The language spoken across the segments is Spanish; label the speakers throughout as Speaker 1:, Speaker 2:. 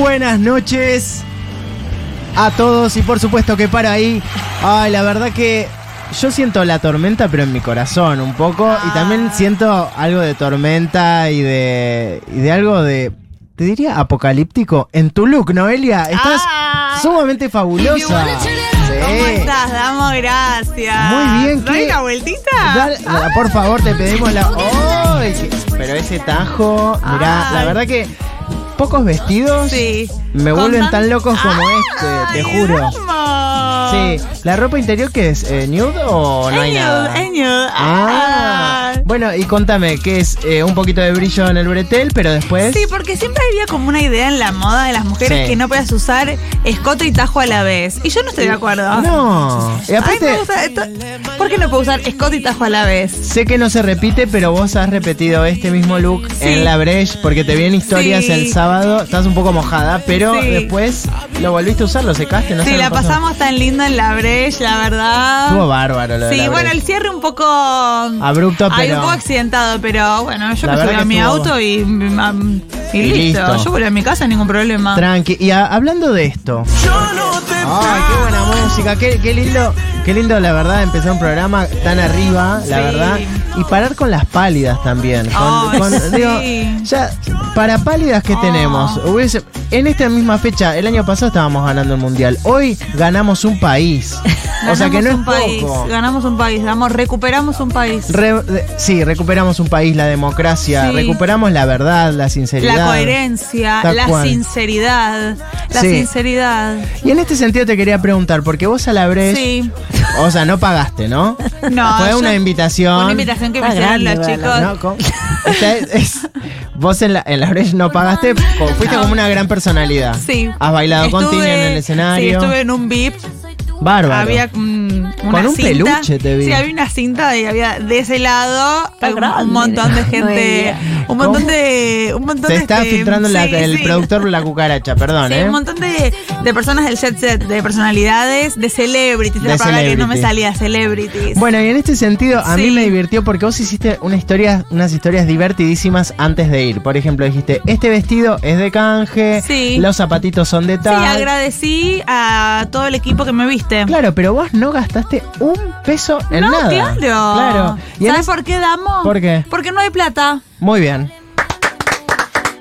Speaker 1: buenas noches a todos y por supuesto que para ahí. Ay, la verdad que yo siento la tormenta, pero en mi corazón un poco.
Speaker 2: Ah.
Speaker 1: Y también siento algo de tormenta y de, y de algo de, te diría, apocalíptico. En tu look, Noelia, estás
Speaker 2: Ah.
Speaker 1: sumamente fabulosa.
Speaker 2: ¿Cómo
Speaker 1: Sí.
Speaker 2: estás? Damos gracias.
Speaker 1: Muy bien,
Speaker 2: ¿No
Speaker 1: ¿qué?
Speaker 2: hay una vueltita?
Speaker 1: Dale, ah, por favor, te pedimos la. ¡Ay! que- Pero ese tajo, mirá,
Speaker 2: Ah. Ay.
Speaker 1: la verdad que pocos vestidos
Speaker 2: Sí.
Speaker 1: me
Speaker 2: Con
Speaker 1: vuelven
Speaker 2: tan-
Speaker 1: tan locos como
Speaker 2: Ay,
Speaker 1: este, te juro.
Speaker 2: vamos.
Speaker 1: Sí, ¿la ropa interior qué es? Eh, ¿Nude o no
Speaker 2: Es
Speaker 1: hay
Speaker 2: nude,
Speaker 1: nada?
Speaker 2: es nude.
Speaker 1: Ah,
Speaker 2: Ay.
Speaker 1: bueno, y contame, ¿qué es eh, un poquito de brillo en el bretel, pero después.
Speaker 2: Sí, porque siempre había como una idea en la moda de las mujeres
Speaker 1: Sí.
Speaker 2: que no puedas usar escote y tajo a la vez. Y yo no estoy de acuerdo.
Speaker 1: No, y
Speaker 2: Ay,
Speaker 1: aparte,
Speaker 2: me gusta esto. ¿Por qué no puedo usar escote y tajo a la vez?
Speaker 1: sé que no se repite, pero vos has repetido este mismo look
Speaker 2: Sí.
Speaker 1: en la Breche, porque te vi en historias
Speaker 2: Sí.
Speaker 1: el sábado, estás un poco mojada, pero
Speaker 2: Sí.
Speaker 1: después lo volviste a usar, lo secaste, no sé
Speaker 2: sí,
Speaker 1: qué
Speaker 2: la
Speaker 1: pasó.
Speaker 2: pasamos tan linda en la Breche, la verdad.
Speaker 1: Estuvo bárbaro lo de
Speaker 2: Sí,
Speaker 1: la
Speaker 2: bueno,
Speaker 1: Breche.
Speaker 2: el cierre un poco. Abrupto,
Speaker 1: pero-
Speaker 2: un poco accidentado, pero bueno, yo
Speaker 1: La
Speaker 2: me
Speaker 1: verdad
Speaker 2: subí a
Speaker 1: que
Speaker 2: mi
Speaker 1: estuvo-
Speaker 2: auto y, mm, y
Speaker 1: Y
Speaker 2: listo.
Speaker 1: listo.
Speaker 2: Yo volví a mi casa, ningún problema.
Speaker 1: Tranqui, y a- hablando de esto. Ay, qué buena música, qué, qué lindo, qué lindo la verdad empezar un programa tan arriba, la
Speaker 2: Sí.
Speaker 1: verdad, y parar con las pálidas también. Con,
Speaker 2: Ay,
Speaker 1: con-
Speaker 2: sí.
Speaker 1: digo, ya, para pálidas que
Speaker 2: Ah.
Speaker 1: tenemos, Hubiese- en esta misma fecha, el año pasado estábamos ganando el mundial, hoy ganamos un país. Ah, o sea
Speaker 2: Ganamos
Speaker 1: que no es
Speaker 2: un país,
Speaker 1: poco.
Speaker 2: ganamos un país, damos, recuperamos un país.
Speaker 1: Re- de- sí, recuperamos un país, la democracia,
Speaker 2: Sí.
Speaker 1: recuperamos la verdad, la sinceridad.
Speaker 2: la coherencia,
Speaker 1: Tal
Speaker 2: la
Speaker 1: cual.
Speaker 2: sinceridad, la
Speaker 1: Sí.
Speaker 2: sinceridad.
Speaker 1: Y en este sentido te quería preguntar, porque vos a la Breche,
Speaker 2: Sí.
Speaker 1: o sea, no pagaste, ¿no?
Speaker 2: No,
Speaker 1: Fue
Speaker 2: yo-
Speaker 1: una invitación.
Speaker 2: Una invitación que me hicieron los chicos.
Speaker 1: No, ¿cómo? Esta es- es- vos en la, en la Breche no pagaste, como- fuiste como una gran personalidad.
Speaker 2: Sí.
Speaker 1: Has bailado con
Speaker 2: Estuve-
Speaker 1: Tini en el
Speaker 2: Sí,
Speaker 1: escenario.
Speaker 2: estuve en un VIP.
Speaker 1: Bárbaro.
Speaker 2: Había mm, una
Speaker 1: Con un
Speaker 2: cinta.
Speaker 1: peluche te vi.
Speaker 2: Sí, había una cinta y había de ese lado un,
Speaker 3: grande.
Speaker 2: un montón de
Speaker 3: No
Speaker 2: gente.
Speaker 3: diría.
Speaker 2: un montón
Speaker 1: ¿Cómo?
Speaker 2: de. Un montón
Speaker 1: Se
Speaker 2: de
Speaker 1: está
Speaker 2: este,
Speaker 1: filtrando la-
Speaker 2: sí,
Speaker 1: el
Speaker 2: sí.
Speaker 1: productor la cucaracha, perdón,
Speaker 2: Sí,
Speaker 1: ¿eh?
Speaker 2: un montón de, de personas del jet set, de personalidades, de celebrities,
Speaker 1: De
Speaker 2: la palabra que no me
Speaker 1: celebrity.
Speaker 2: salía, celebrities.
Speaker 1: Bueno, y en este sentido, a mí
Speaker 2: Sí.
Speaker 1: me divirtió porque vos hiciste una historia, unas historias divertidísimas antes de ir. Por ejemplo, dijiste, este vestido es de canje,
Speaker 2: Sí.
Speaker 1: los zapatitos son de
Speaker 2: sí,
Speaker 1: tal.
Speaker 2: agradecí a todo el equipo que me viste.
Speaker 1: Claro, pero vos no gastaste un peso en
Speaker 2: no,
Speaker 1: nada.
Speaker 2: claro.
Speaker 1: Claro. Y en
Speaker 2: ¿Sabes
Speaker 1: es-
Speaker 2: por qué damos?
Speaker 1: ¿Por qué?
Speaker 2: Porque no hay plata.
Speaker 1: Muy bien.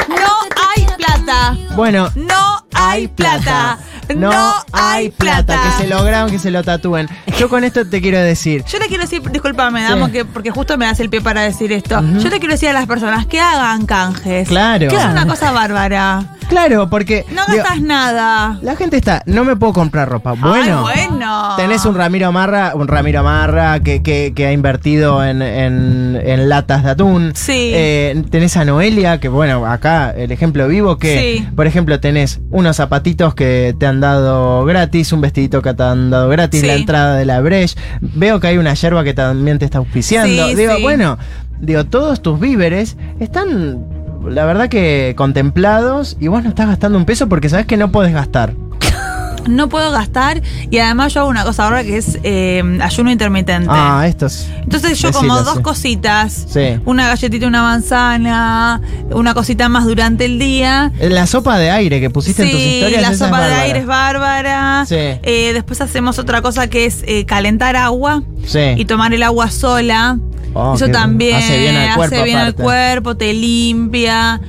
Speaker 2: No hay plata.
Speaker 1: Bueno.
Speaker 2: No hay plata.
Speaker 1: No, hay plata. Que se lo graben, que se lo tatúen. Yo con esto te quiero decir.
Speaker 2: Yo le quiero decir, discúlpame, damos
Speaker 1: Sí.
Speaker 2: que porque justo me das el pie para decir esto.
Speaker 1: Ujú.
Speaker 2: Yo le quiero decir a las personas que hagan canjes.
Speaker 1: Claro.
Speaker 2: Que es una cosa bárbara.
Speaker 1: Claro, porque.
Speaker 2: No
Speaker 1: digo,
Speaker 2: gastas nada.
Speaker 1: la gente está, no me puedo comprar ropa. Bueno.
Speaker 2: Ay, bueno.
Speaker 1: Tenés un Ramiro Amarra, un Ramiro Amarra que, que- que ha invertido en, en- en latas de atún.
Speaker 2: Sí.
Speaker 1: Eh, tenés a Noelia, que bueno, acá el ejemplo vivo que,
Speaker 2: Sí.
Speaker 1: por ejemplo, tenés unos zapatitos que te han dado gratis, un vestidito que te han dado gratis,
Speaker 2: Sí.
Speaker 1: la entrada de la Breche. Veo que hay una yerba que también te está auspiciando.
Speaker 2: Sí,
Speaker 1: digo,
Speaker 2: sí.
Speaker 1: bueno, digo, todos tus víveres están, la verdad que contemplados y vos no estás gastando un peso porque sabés que no podés gastar.
Speaker 2: No puedo gastar y además yo hago una cosa ahora que es eh, ayuno intermitente.
Speaker 1: Ah, estos.
Speaker 2: Entonces yo
Speaker 1: Decilo,
Speaker 2: como dos
Speaker 1: sí.
Speaker 2: cositas,
Speaker 1: Sí.
Speaker 2: una galletita, una manzana, una cosita más durante el día.
Speaker 1: La sopa de aire que pusiste en tus
Speaker 2: Sí,
Speaker 1: historias.
Speaker 2: la
Speaker 1: esa
Speaker 2: sopa
Speaker 1: es
Speaker 2: de
Speaker 1: bárbara.
Speaker 2: aire es bárbara.
Speaker 1: Sí.
Speaker 2: Eh, después hacemos otra cosa que es eh, calentar agua
Speaker 1: Sí.
Speaker 2: y tomar el agua sola.
Speaker 1: Oh,
Speaker 2: eso
Speaker 1: qué-
Speaker 2: también
Speaker 1: hace bien al cuerpo,
Speaker 2: hace bien al
Speaker 1: aparte.
Speaker 2: cuerpo, te limpia.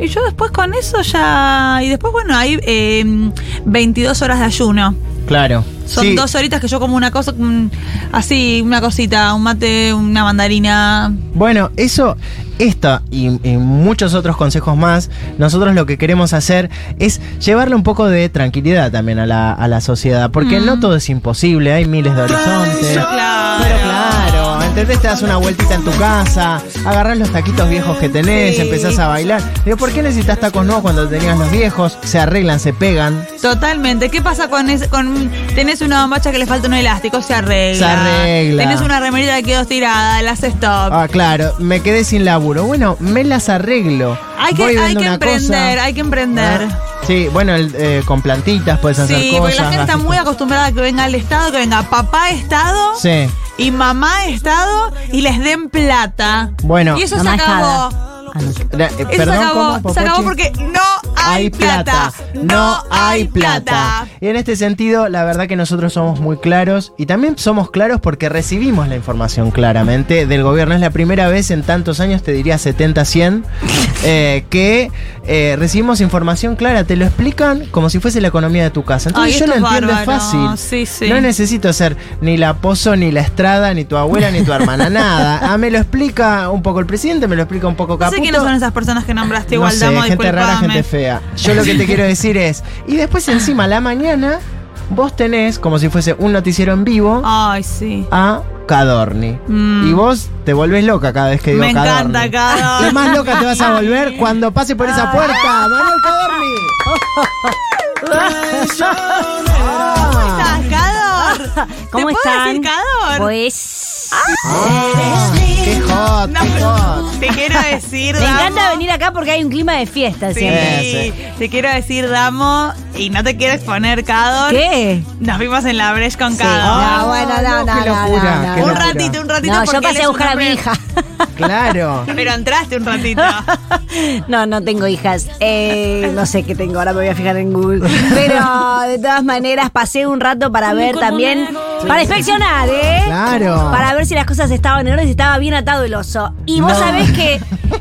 Speaker 2: Y yo después con eso ya... Y después, bueno, hay eh, 22 horas de ayuno.
Speaker 1: Claro.
Speaker 2: Son
Speaker 1: Sí,
Speaker 2: dos horitas que yo como una cosa, mm, así, una cosita, un mate, una mandarina.
Speaker 1: Bueno, eso, esta y, y muchos otros consejos más, nosotros lo que queremos hacer es llevarle un poco de tranquilidad también a la, a la sociedad, porque no todo es imposible, hay miles de horizontes.
Speaker 2: Mm. Claro.
Speaker 1: Pero claro, ¿entendés? Te das una vueltita en tu casa, agarrás los taquitos viejos que tenés,
Speaker 2: Sí.
Speaker 1: empezás a bailar. Digo, ¿por qué necesitas tacos nuevos cuando tenías los viejos? Se arreglan, se pegan.
Speaker 2: Totalmente. ¿Qué pasa con, ese- con tenés una bombacha que le falta un elástico? Se arregla.
Speaker 1: Se arregla.
Speaker 2: Tenés una remerita que quedó tirada, la haces stop.
Speaker 1: Ah, claro, me quedé sin laburo. Bueno, me las arreglo.
Speaker 2: hay que,
Speaker 1: Voy
Speaker 2: hay
Speaker 1: viendo
Speaker 2: que
Speaker 1: una cosa.
Speaker 2: emprender, hay que emprender.
Speaker 1: Ah, Sí, bueno, el, eh, con plantitas puedes hacer
Speaker 2: sí,
Speaker 1: cosas.
Speaker 2: porque la gente está muy
Speaker 1: gajitas.
Speaker 2: acostumbrada a que venga el Estado, que venga papá Estado
Speaker 1: Sí.
Speaker 2: y mamá Estado y les den plata.
Speaker 1: Bueno,
Speaker 2: y eso se
Speaker 3: Mamá
Speaker 2: acabó.
Speaker 3: Jada. Ah, no.
Speaker 1: la- eh,
Speaker 2: Eso
Speaker 1: perdón,
Speaker 2: se acabó,
Speaker 1: ¿cómo,
Speaker 2: se acabó
Speaker 1: Popochi?
Speaker 2: porque no
Speaker 1: hay plata, no hay plata. Y en este sentido, la verdad que nosotros somos muy claros y también somos claros porque recibimos la información claramente del gobierno. Es la primera vez en tantos años, te diría 70, 100, eh, que eh, recibimos información clara. Te lo explican como si fuese la economía de tu casa. Entonces
Speaker 2: Ay,
Speaker 1: yo lo
Speaker 2: esto es
Speaker 1: entiendo es
Speaker 2: bárbaro.
Speaker 1: fácil.
Speaker 2: Sí, sí.
Speaker 1: No necesito ser ni la Pozo, ni la Estrada, ni tu abuela, ni tu hermana, nada. Ah, me lo explica un poco el presidente, me lo explica un poco
Speaker 2: No
Speaker 1: Caputo.
Speaker 2: sé quiénes son esas personas que nombraste igual,
Speaker 1: No sé,
Speaker 2: Damo,
Speaker 1: gente rara,
Speaker 2: disculpame.
Speaker 1: gente fea. Yo lo que te quiero decir es, y después encima a la mañana vos tenés como si fuese un noticiero en vivo
Speaker 2: Ay, sí.
Speaker 1: a Cadorni.
Speaker 2: Ah. Mm.
Speaker 1: Y vos te volvés loca cada vez que digo
Speaker 2: Me
Speaker 1: Cadorni.
Speaker 2: encanta Cadorni.
Speaker 1: Y más loca te vas a volver cuando pase por esa puerta, Manuel Cadorni.
Speaker 2: ¿Cómo estás, Cador?
Speaker 3: ¿Cómo
Speaker 2: ¿Te puedo
Speaker 3: están?
Speaker 2: decir Cador?
Speaker 3: Pues.
Speaker 1: Ah, qué hot,
Speaker 2: No,
Speaker 1: qué hot.
Speaker 2: pero te quiero decir,
Speaker 3: Me encanta
Speaker 2: Damo-
Speaker 3: venir acá porque hay un clima de fiesta
Speaker 2: Sí,
Speaker 3: siempre.
Speaker 1: Sí,
Speaker 2: te quiero decir, Damo, y no te quiero exponer, Cador.
Speaker 3: ¿Qué?
Speaker 2: Nos vimos en la Breche con
Speaker 3: Ah,
Speaker 1: No,
Speaker 2: Cador.
Speaker 3: bueno,
Speaker 1: no,
Speaker 3: no,
Speaker 1: qué
Speaker 3: no, no,
Speaker 1: locura,
Speaker 3: no,
Speaker 1: qué
Speaker 3: no.
Speaker 2: un
Speaker 1: locura.
Speaker 2: ratito, un ratito.
Speaker 3: No,
Speaker 2: porque
Speaker 3: yo
Speaker 2: él
Speaker 3: pasé
Speaker 2: es
Speaker 3: a
Speaker 2: un
Speaker 3: buscar a mi
Speaker 2: hombre-
Speaker 3: hija.
Speaker 1: Claro.
Speaker 2: Pero entraste un ratito.
Speaker 3: No, no tengo hijas. Eh, no sé qué tengo, ahora me voy a fijar en Google. Pero de todas maneras pasé un rato para ver también, para inspeccionar, ¿eh?
Speaker 1: Claro.
Speaker 3: Para ver si las cosas estaban en orden, si estaba bien atado el oso. Y vos
Speaker 1: No.
Speaker 3: sabés que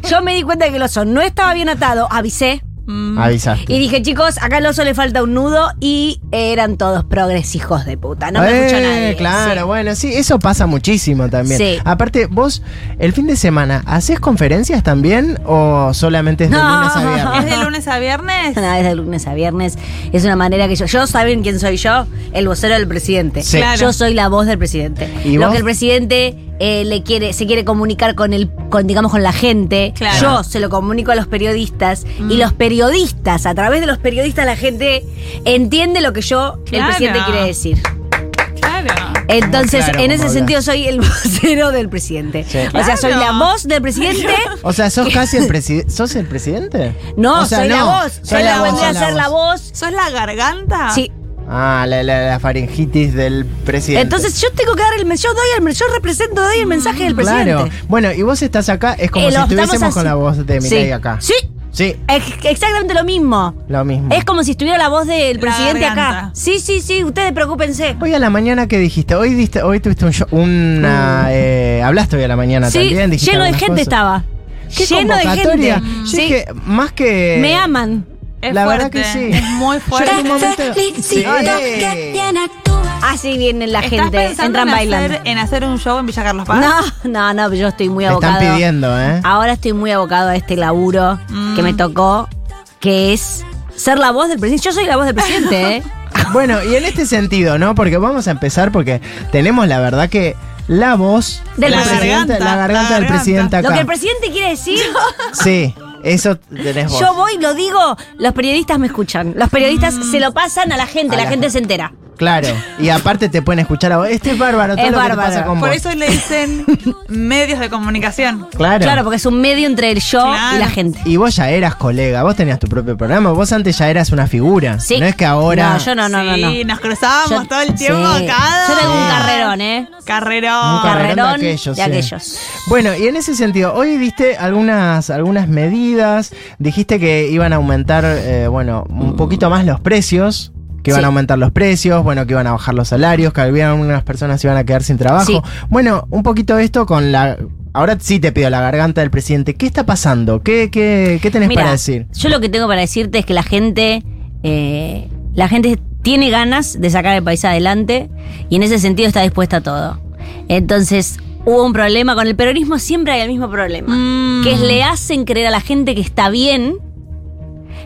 Speaker 3: yo me di cuenta que el oso no estaba bien atado, avisé.
Speaker 2: Mm.
Speaker 1: Avisaste.
Speaker 3: Y dije, chicos, acá al oso le falta un nudo y eran todos progres hijos de puta. No me
Speaker 1: Eh,
Speaker 3: escuchó nadie.
Speaker 1: Claro,
Speaker 3: sí.
Speaker 1: bueno, sí, eso pasa muchísimo también.
Speaker 3: Sí.
Speaker 1: Aparte, vos, el fin de semana, ¿haces conferencias también o solamente es de
Speaker 3: No.
Speaker 1: lunes a
Speaker 2: ¿Es
Speaker 1: viernes?
Speaker 2: de lunes a viernes?
Speaker 3: Una vez de lunes a viernes es una manera que yo. ¿Yo saben quién soy yo? El vocero del presidente.
Speaker 1: Sí.
Speaker 2: Claro.
Speaker 3: Yo soy la voz del presidente.
Speaker 1: ¿Y
Speaker 3: Lo
Speaker 1: vos?
Speaker 3: que el presidente eh, le quiere, se quiere comunicar con el, con, digamos, con la gente.
Speaker 2: Claro. Mm.
Speaker 3: Yo se lo comunico a los periodistas y los periodistas, a través de los periodistas, la gente entiende lo que yo, el
Speaker 2: Claro.
Speaker 3: presidente, quiere decir.
Speaker 2: Claro.
Speaker 3: Entonces,
Speaker 1: claro,
Speaker 3: en
Speaker 1: como
Speaker 3: ese
Speaker 1: hablas.
Speaker 3: sentido, soy el vocero del presidente.
Speaker 1: Sí.
Speaker 3: O sea, soy la
Speaker 2: Claro.
Speaker 3: voz del presidente.
Speaker 1: O sea, ¿sos casi el presidente? ¿Sos el presidente?
Speaker 3: No,
Speaker 1: O sea,
Speaker 3: soy la
Speaker 1: no,
Speaker 3: voz.
Speaker 1: sos
Speaker 3: Yo
Speaker 2: la
Speaker 3: la
Speaker 2: voz,
Speaker 3: voy a
Speaker 1: sos la
Speaker 3: ser la voz.
Speaker 2: ¿Sos la garganta?
Speaker 3: Sí,
Speaker 1: Ah, la, la, la faringitis del presidente.
Speaker 3: Entonces yo tengo que dar el mensaje, yo doy el men- yo represento, doy el mensaje del presidente.
Speaker 1: Claro. Bueno, y vos estás acá, es como
Speaker 3: Eh,
Speaker 1: si
Speaker 3: lo estamos
Speaker 1: estuviésemos con
Speaker 3: haci-
Speaker 1: la voz de Milei
Speaker 3: Sí.
Speaker 1: acá. Mm.
Speaker 3: Sí,
Speaker 1: Sí,
Speaker 3: ex- exactamente lo mismo.
Speaker 1: lo mismo.
Speaker 3: Es como si estuviera la voz del
Speaker 2: La
Speaker 3: presidente acá.
Speaker 2: garganta.
Speaker 3: Sí, sí, sí, ustedes preocupense.
Speaker 1: Hoy a la mañana, ¿qué dijiste? Hoy diste, hoy tuviste un show- una... eh, hablaste hoy a la mañana
Speaker 3: Mm. Sí,
Speaker 1: también. dijiste
Speaker 3: lleno de
Speaker 1: algunas
Speaker 3: gente
Speaker 1: cosas.
Speaker 3: estaba.
Speaker 1: ¿Qué
Speaker 3: lleno de
Speaker 1: convocatoria?
Speaker 3: gente.
Speaker 1: Yo
Speaker 3: Sí,
Speaker 1: dije, eh, más que...
Speaker 3: me aman.
Speaker 2: Es
Speaker 1: La verdad
Speaker 2: fuerte.
Speaker 1: que sí.
Speaker 2: Es muy
Speaker 3: este
Speaker 2: fuerte.
Speaker 1: Yo en un momento- Sí.
Speaker 3: Así viene la
Speaker 2: ¿Estás
Speaker 3: gente,
Speaker 2: pensando
Speaker 3: entran
Speaker 2: en
Speaker 3: bailando.
Speaker 2: Hacer, en hacer un show en Villa Carlos Paz?
Speaker 3: No, no, no, yo estoy muy
Speaker 1: Te están
Speaker 3: abocado.
Speaker 1: pidiendo, ¿eh?
Speaker 3: Ahora estoy muy abocado a este laburo que
Speaker 2: Mm.
Speaker 3: me tocó, que es ser la voz del presidente. Yo soy la voz del presidente, ¿eh?
Speaker 1: Bueno, y en este sentido, ¿no? Porque vamos a empezar porque tenemos la verdad que la voz
Speaker 3: Del
Speaker 1: la,
Speaker 3: presidente.
Speaker 1: garganta, la
Speaker 2: La
Speaker 1: garganta del
Speaker 2: garganta.
Speaker 1: presidente
Speaker 3: Lo que
Speaker 1: acá.
Speaker 3: el presidente quiere decir,
Speaker 1: Sí, eso tenés vos.
Speaker 3: yo voy, lo digo, los periodistas me escuchan. Los periodistas
Speaker 2: Mm.
Speaker 3: se lo pasan a la gente,
Speaker 1: A
Speaker 3: la,
Speaker 1: la
Speaker 3: gente
Speaker 1: gente.
Speaker 3: se entera.
Speaker 1: Claro, y aparte te pueden escuchar a vos. Este es bárbaro, todo
Speaker 3: Es
Speaker 1: lo que
Speaker 3: bárbaro.
Speaker 1: te pasa con
Speaker 2: Por
Speaker 1: vos.
Speaker 2: eso le dicen medios de comunicación.
Speaker 1: Claro.
Speaker 3: Claro, porque es un medio entre el yo
Speaker 2: Claro.
Speaker 3: y la gente.
Speaker 1: Y vos ya eras colega, vos tenías tu propio programa, vos antes ya eras una figura.
Speaker 3: Sí.
Speaker 1: No es que ahora.
Speaker 3: No, yo no, no, no. no.
Speaker 2: Sí, nos cruzábamos
Speaker 3: Yo-
Speaker 2: todo el tiempo
Speaker 3: sí.
Speaker 2: acá.
Speaker 3: Yo tengo un carrerón, ¿eh?
Speaker 2: Carrerón.
Speaker 1: Un carrerón.
Speaker 3: Carrerón
Speaker 1: de aquellos,
Speaker 3: de
Speaker 1: sí.
Speaker 3: aquellos.
Speaker 1: Bueno, y en ese sentido, hoy diste algunas, algunas medidas, dijiste que iban a aumentar, eh, bueno, un poquito más los precios, que iban
Speaker 3: Mm. Sí.
Speaker 1: a aumentar los precios, bueno, que iban a bajar los salarios, que había unas personas que iban a quedar sin trabajo.
Speaker 3: Sí.
Speaker 1: Bueno, un poquito esto con la... Ahora sí te pido la garganta del presidente. ¿Qué está pasando? ¿Qué, qué, qué tenés
Speaker 3: Mira,
Speaker 1: para decir?
Speaker 3: yo lo que tengo para decirte es que la gente, eh, la gente tiene ganas de sacar el país adelante y en ese sentido está dispuesta a todo. Entonces, hubo un problema con el peronismo, siempre hay el mismo problema,
Speaker 2: Mm.
Speaker 3: que es le hacen creer a la gente que está bien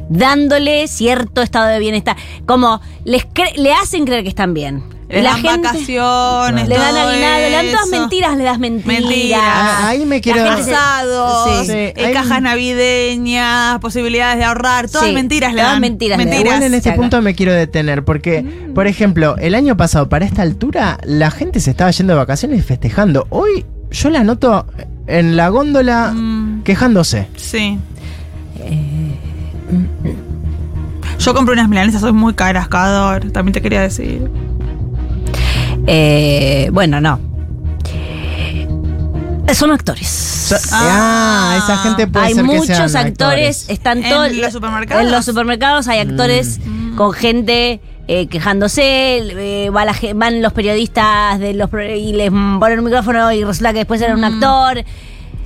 Speaker 3: dándole cierto estado de bienestar, como les cre- le hacen creer que están bien. Y
Speaker 2: Le
Speaker 3: la
Speaker 2: dan
Speaker 3: gente
Speaker 2: vacaciones.
Speaker 3: le dan
Speaker 2: todo
Speaker 3: aguinaldo, le dan todas
Speaker 2: eso.
Speaker 3: mentiras, le das mentiras.
Speaker 2: Mentiras.
Speaker 1: Ah, ahí me quiero-
Speaker 3: gente se-
Speaker 2: Asados,
Speaker 1: Sí.
Speaker 2: eh,
Speaker 1: Sí, hay-
Speaker 2: cajas navideñas, posibilidades de ahorrar, todas
Speaker 3: Sí,
Speaker 2: mentiras le
Speaker 3: todas
Speaker 2: dan.
Speaker 3: mentiras Mm. le dan.
Speaker 2: mentiras.
Speaker 1: Igual en este
Speaker 3: Chaca.
Speaker 1: punto me quiero detener porque, por ejemplo, el año pasado, para esta altura, la gente se estaba yendo de vacaciones y festejando. Hoy yo la noto en la góndola
Speaker 2: Mm.
Speaker 1: quejándose.
Speaker 2: Sí.
Speaker 3: Eh, mm,
Speaker 2: Yo compré unas milanesas, soy muy carascador, también te quería decir.
Speaker 3: Eh, bueno, no. son actores.
Speaker 1: So- ah,
Speaker 2: Ah.
Speaker 1: esa gente puede
Speaker 3: Hay
Speaker 1: ser que
Speaker 3: muchos
Speaker 1: sean
Speaker 3: actores, están
Speaker 2: ¿En
Speaker 3: todos
Speaker 2: los
Speaker 3: lo-
Speaker 2: supermercados? Mm.
Speaker 3: En los supermercados
Speaker 1: Mm.
Speaker 3: hay actores con gente eh, quejándose, eh, va la ge- van los periodistas de los pro- y les ponen un micrófono y resulta que después eran un
Speaker 2: Mm.
Speaker 3: actor.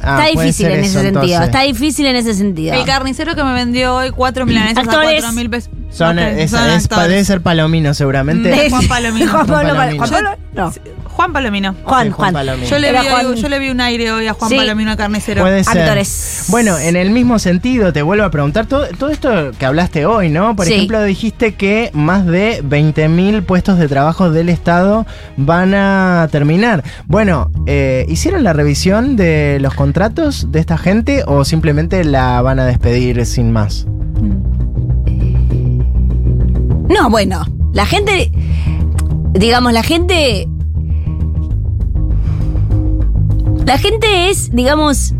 Speaker 1: Ah,
Speaker 3: está
Speaker 1: puede
Speaker 3: difícil
Speaker 1: ser
Speaker 3: en
Speaker 1: eso,
Speaker 3: ese sentido,
Speaker 1: entonces.
Speaker 3: está difícil en ese sentido.
Speaker 2: El carnicero que me vendió hoy cuatro milanesas
Speaker 3: Actores.
Speaker 2: a cuatro mil pesos.
Speaker 1: Son,
Speaker 2: Ok,
Speaker 1: es-
Speaker 2: son
Speaker 1: es-
Speaker 2: actores.
Speaker 1: debe ser palomino seguramente.
Speaker 2: Juan Palomino.
Speaker 3: Juan Pablo,
Speaker 1: Juan Palomino.
Speaker 3: Juan Pablo- no.
Speaker 2: Juan Palomino.
Speaker 1: Sí,
Speaker 3: Juan,
Speaker 1: Juan
Speaker 3: Juan.
Speaker 1: Palomino.
Speaker 2: Yo le,
Speaker 3: Era
Speaker 2: vi,
Speaker 3: Juan-
Speaker 2: yo le vi un aire hoy a Juan
Speaker 3: Sí.
Speaker 2: Palomino, el carnicero.
Speaker 1: Puede ser.
Speaker 3: actores.
Speaker 1: Bueno, en el mismo sentido, te vuelvo a preguntar todo, todo esto que hablaste hoy, ¿no? Por
Speaker 3: Sí.
Speaker 1: ejemplo, dijiste que más de 20.000 puestos de trabajo del Estado van a terminar. Bueno, eh, ¿hicieron la revisión de los contratos de esta gente o simplemente la van a despedir sin más?
Speaker 3: No, bueno, la gente, digamos, la gente... La gente es, digamos,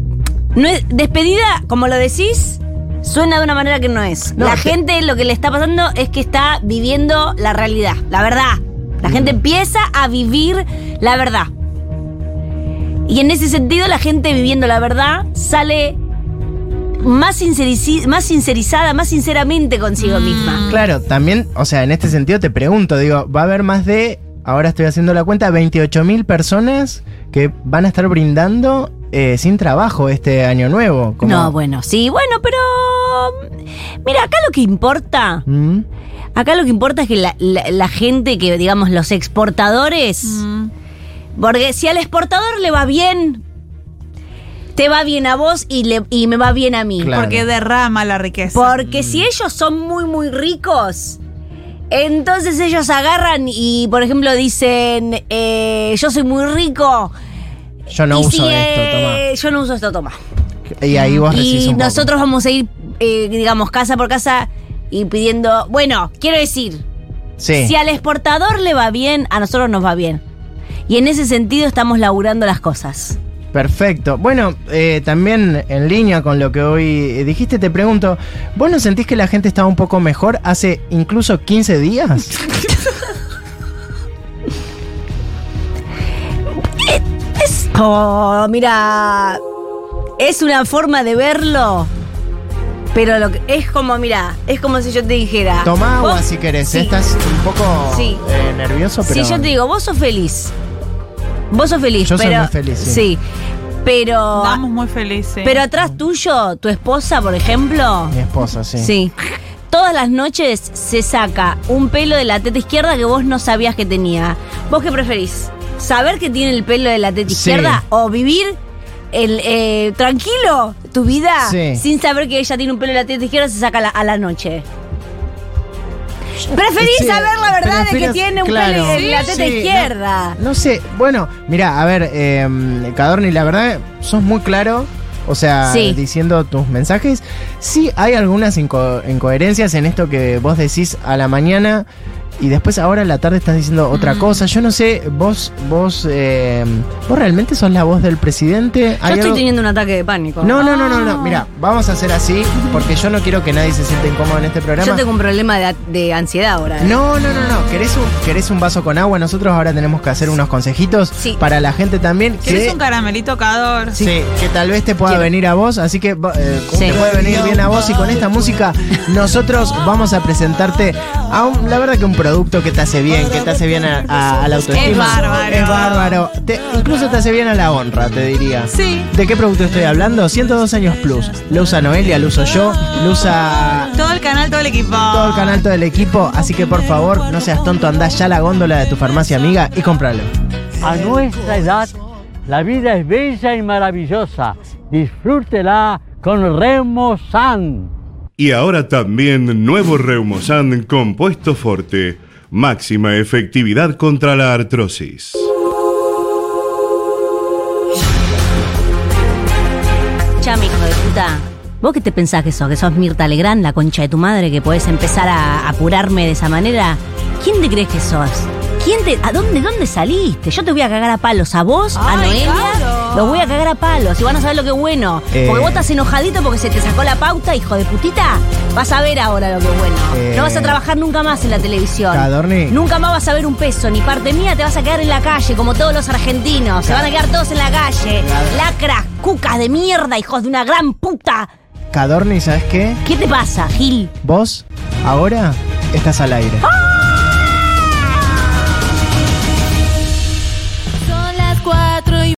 Speaker 3: no es despedida, como lo decís, suena de una manera que no es.
Speaker 1: No,
Speaker 3: la
Speaker 1: te-
Speaker 3: gente lo que le está pasando es que está viviendo la realidad, la verdad. La gente empieza a vivir la verdad. Y en ese sentido, la gente viviendo la verdad sale más, sincerici- más sincerizada, más sinceramente consigo misma.
Speaker 1: Claro, también, o sea, en este sentido te pregunto, digo, va a haber más de, ahora estoy haciendo la cuenta, 28.000 personas que van a estar brindando eh, sin trabajo este año nuevo. como-
Speaker 3: No, bueno, sí, bueno, pero. mm, Mira, acá lo que importa.
Speaker 1: ¿Mm?
Speaker 3: Acá lo que importa es que la, la- la gente que, digamos, los exportadores.
Speaker 2: Mm.
Speaker 3: Porque si al exportador le va bien, te va bien a vos y, le, y me va bien a mí.
Speaker 1: Claro.
Speaker 2: Porque derrama la riqueza.
Speaker 3: Porque si ellos son muy, muy ricos. Entonces ellos agarran y, por ejemplo, dicen, eh, yo soy muy rico.
Speaker 1: Yo no
Speaker 3: y
Speaker 1: uso
Speaker 3: si,
Speaker 1: esto, toma.
Speaker 3: eh, Yo no uso esto, toma.
Speaker 1: Y ahí vos recibís
Speaker 3: Y
Speaker 1: un poco.
Speaker 3: nosotros vamos a ir, eh, digamos, casa por casa y pidiendo. Bueno, quiero decir,
Speaker 1: Sí.
Speaker 3: si al exportador le va bien, a nosotros nos va bien. Y en ese sentido estamos laburando las cosas.
Speaker 1: Perfecto. Bueno, eh, también en línea con lo que hoy dijiste, te pregunto, ¿vos no sentís que la gente estaba un poco mejor hace incluso 15 días?
Speaker 3: Oh, mira. Es una forma de verlo. Pero lo que, es como, mira, es como si yo te dijera.
Speaker 1: Tomá agua
Speaker 3: Ah, vos-
Speaker 1: si querés,
Speaker 3: sí.
Speaker 1: estás un poco
Speaker 3: Sí.
Speaker 1: eh, nervioso, pero...
Speaker 3: Si yo te digo, vos sos feliz. Vos sos feliz,
Speaker 1: Yo soy
Speaker 3: pero.
Speaker 1: muy feliz, sí.
Speaker 3: Pero.
Speaker 2: Estamos muy felices.
Speaker 3: Pero atrás tuyo, tu esposa, por ejemplo.
Speaker 1: Mi esposa, sí.
Speaker 3: Sí. Todas las noches se saca un pelo de la teta izquierda que vos no sabías que tenía. ¿Vos qué preferís? ¿Saber que tiene el pelo de la teta
Speaker 1: Sí.
Speaker 3: izquierda o vivir el, eh, tranquilo tu vida
Speaker 1: Sí.
Speaker 3: sin saber que ella tiene un pelo de la teta izquierda se saca a la- a la noche? Preferís
Speaker 1: Sí,
Speaker 3: saber la verdad de que
Speaker 1: prefiero-
Speaker 3: tiene un
Speaker 1: claro.
Speaker 3: pelo en la teta
Speaker 1: Sí, no-
Speaker 3: izquierda.
Speaker 1: No sé, bueno, mira, a ver, eh, Cadorni, la verdad, sos muy claro. O sea,
Speaker 3: Sí.
Speaker 1: diciendo tus mensajes. Sí, hay algunas inco- incoherencias en esto que vos decís a la mañana y después ahora a la tarde estás diciendo otra cosa. Yo no sé, vos, vos, eh, vos realmente sos la voz del presidente.
Speaker 3: Yo
Speaker 1: ¿Hay
Speaker 3: estoy
Speaker 1: algo-
Speaker 3: teniendo Ah. un ataque de pánico.
Speaker 1: No, no, no, no, no. Mira, vamos a hacer así porque yo no quiero que nadie se sienta incómodo en este programa.
Speaker 3: Yo tengo un problema de, de ansiedad ahora. ¿eh?
Speaker 1: No, no, no, no. ¿Querés un, ¿Querés un vaso con agua? Nosotros ahora tenemos que hacer unos consejitos
Speaker 3: Sí.
Speaker 1: para la gente también.
Speaker 2: ¿Querés
Speaker 1: que-
Speaker 2: un caramelito cador?
Speaker 1: Sí, que tal vez te pueda
Speaker 3: Quiero.
Speaker 1: venir a vos, así que va- eh,
Speaker 3: Sí.
Speaker 1: te puede venir bien a vos y con esta música nosotros vamos a presentarte a un- la verdad que un producto que te hace bien, que te hace bien a, a- a la autoestima.
Speaker 2: Es bárbaro.
Speaker 1: Es bárbaro. Te- incluso te hace bien a la honra, te diría.
Speaker 2: Sí.
Speaker 1: ¿De qué producto estoy hablando? 102 años plus. Lo usa Noelia, lo uso yo, lo usa
Speaker 2: Todo el canal, todo el equipo.
Speaker 1: todo el canal, todo el equipo, así que por favor no seas tonto, andá ya a la góndola de tu farmacia amiga y cómpralo.
Speaker 4: A nuestra edad, la vida es bella y maravillosa. Disfrútela con Remo San.
Speaker 5: Y ahora también nuevo Reumosan compuesto forte, máxima efectividad contra la artrosis.
Speaker 3: Escuchame, hijo de puta. ¿Vos qué te pensás que sos? ¿Que sos Mirta Legrand, la concha de tu madre, que podés empezar a apurarme de esa manera? ¿Quién te crees que sos? ¿Quién te, ¿A dónde, dónde saliste? Yo te voy a cagar a palos a vos, a
Speaker 2: Ay,
Speaker 3: Noelia
Speaker 2: claro.
Speaker 3: Los voy a cagar a palos y van a saber lo que es bueno.
Speaker 1: Eh.
Speaker 3: Porque vos estás enojadito porque se te sacó la pauta, hijo de putita. Vas a ver ahora lo que es bueno.
Speaker 1: Eh.
Speaker 3: No vas a trabajar nunca más en la televisión.
Speaker 1: Cadorni.
Speaker 3: Nunca más vas a ver un peso, ni parte mía, te vas a quedar en la calle, como todos los argentinos. Se van a quedar todos en la calle. Lacras, cucas de mierda, hijos de una gran puta.
Speaker 1: Cadorni, ¿sabes qué?
Speaker 3: ¿Qué te pasa, Gil?
Speaker 1: Vos, ahora, estás al aire.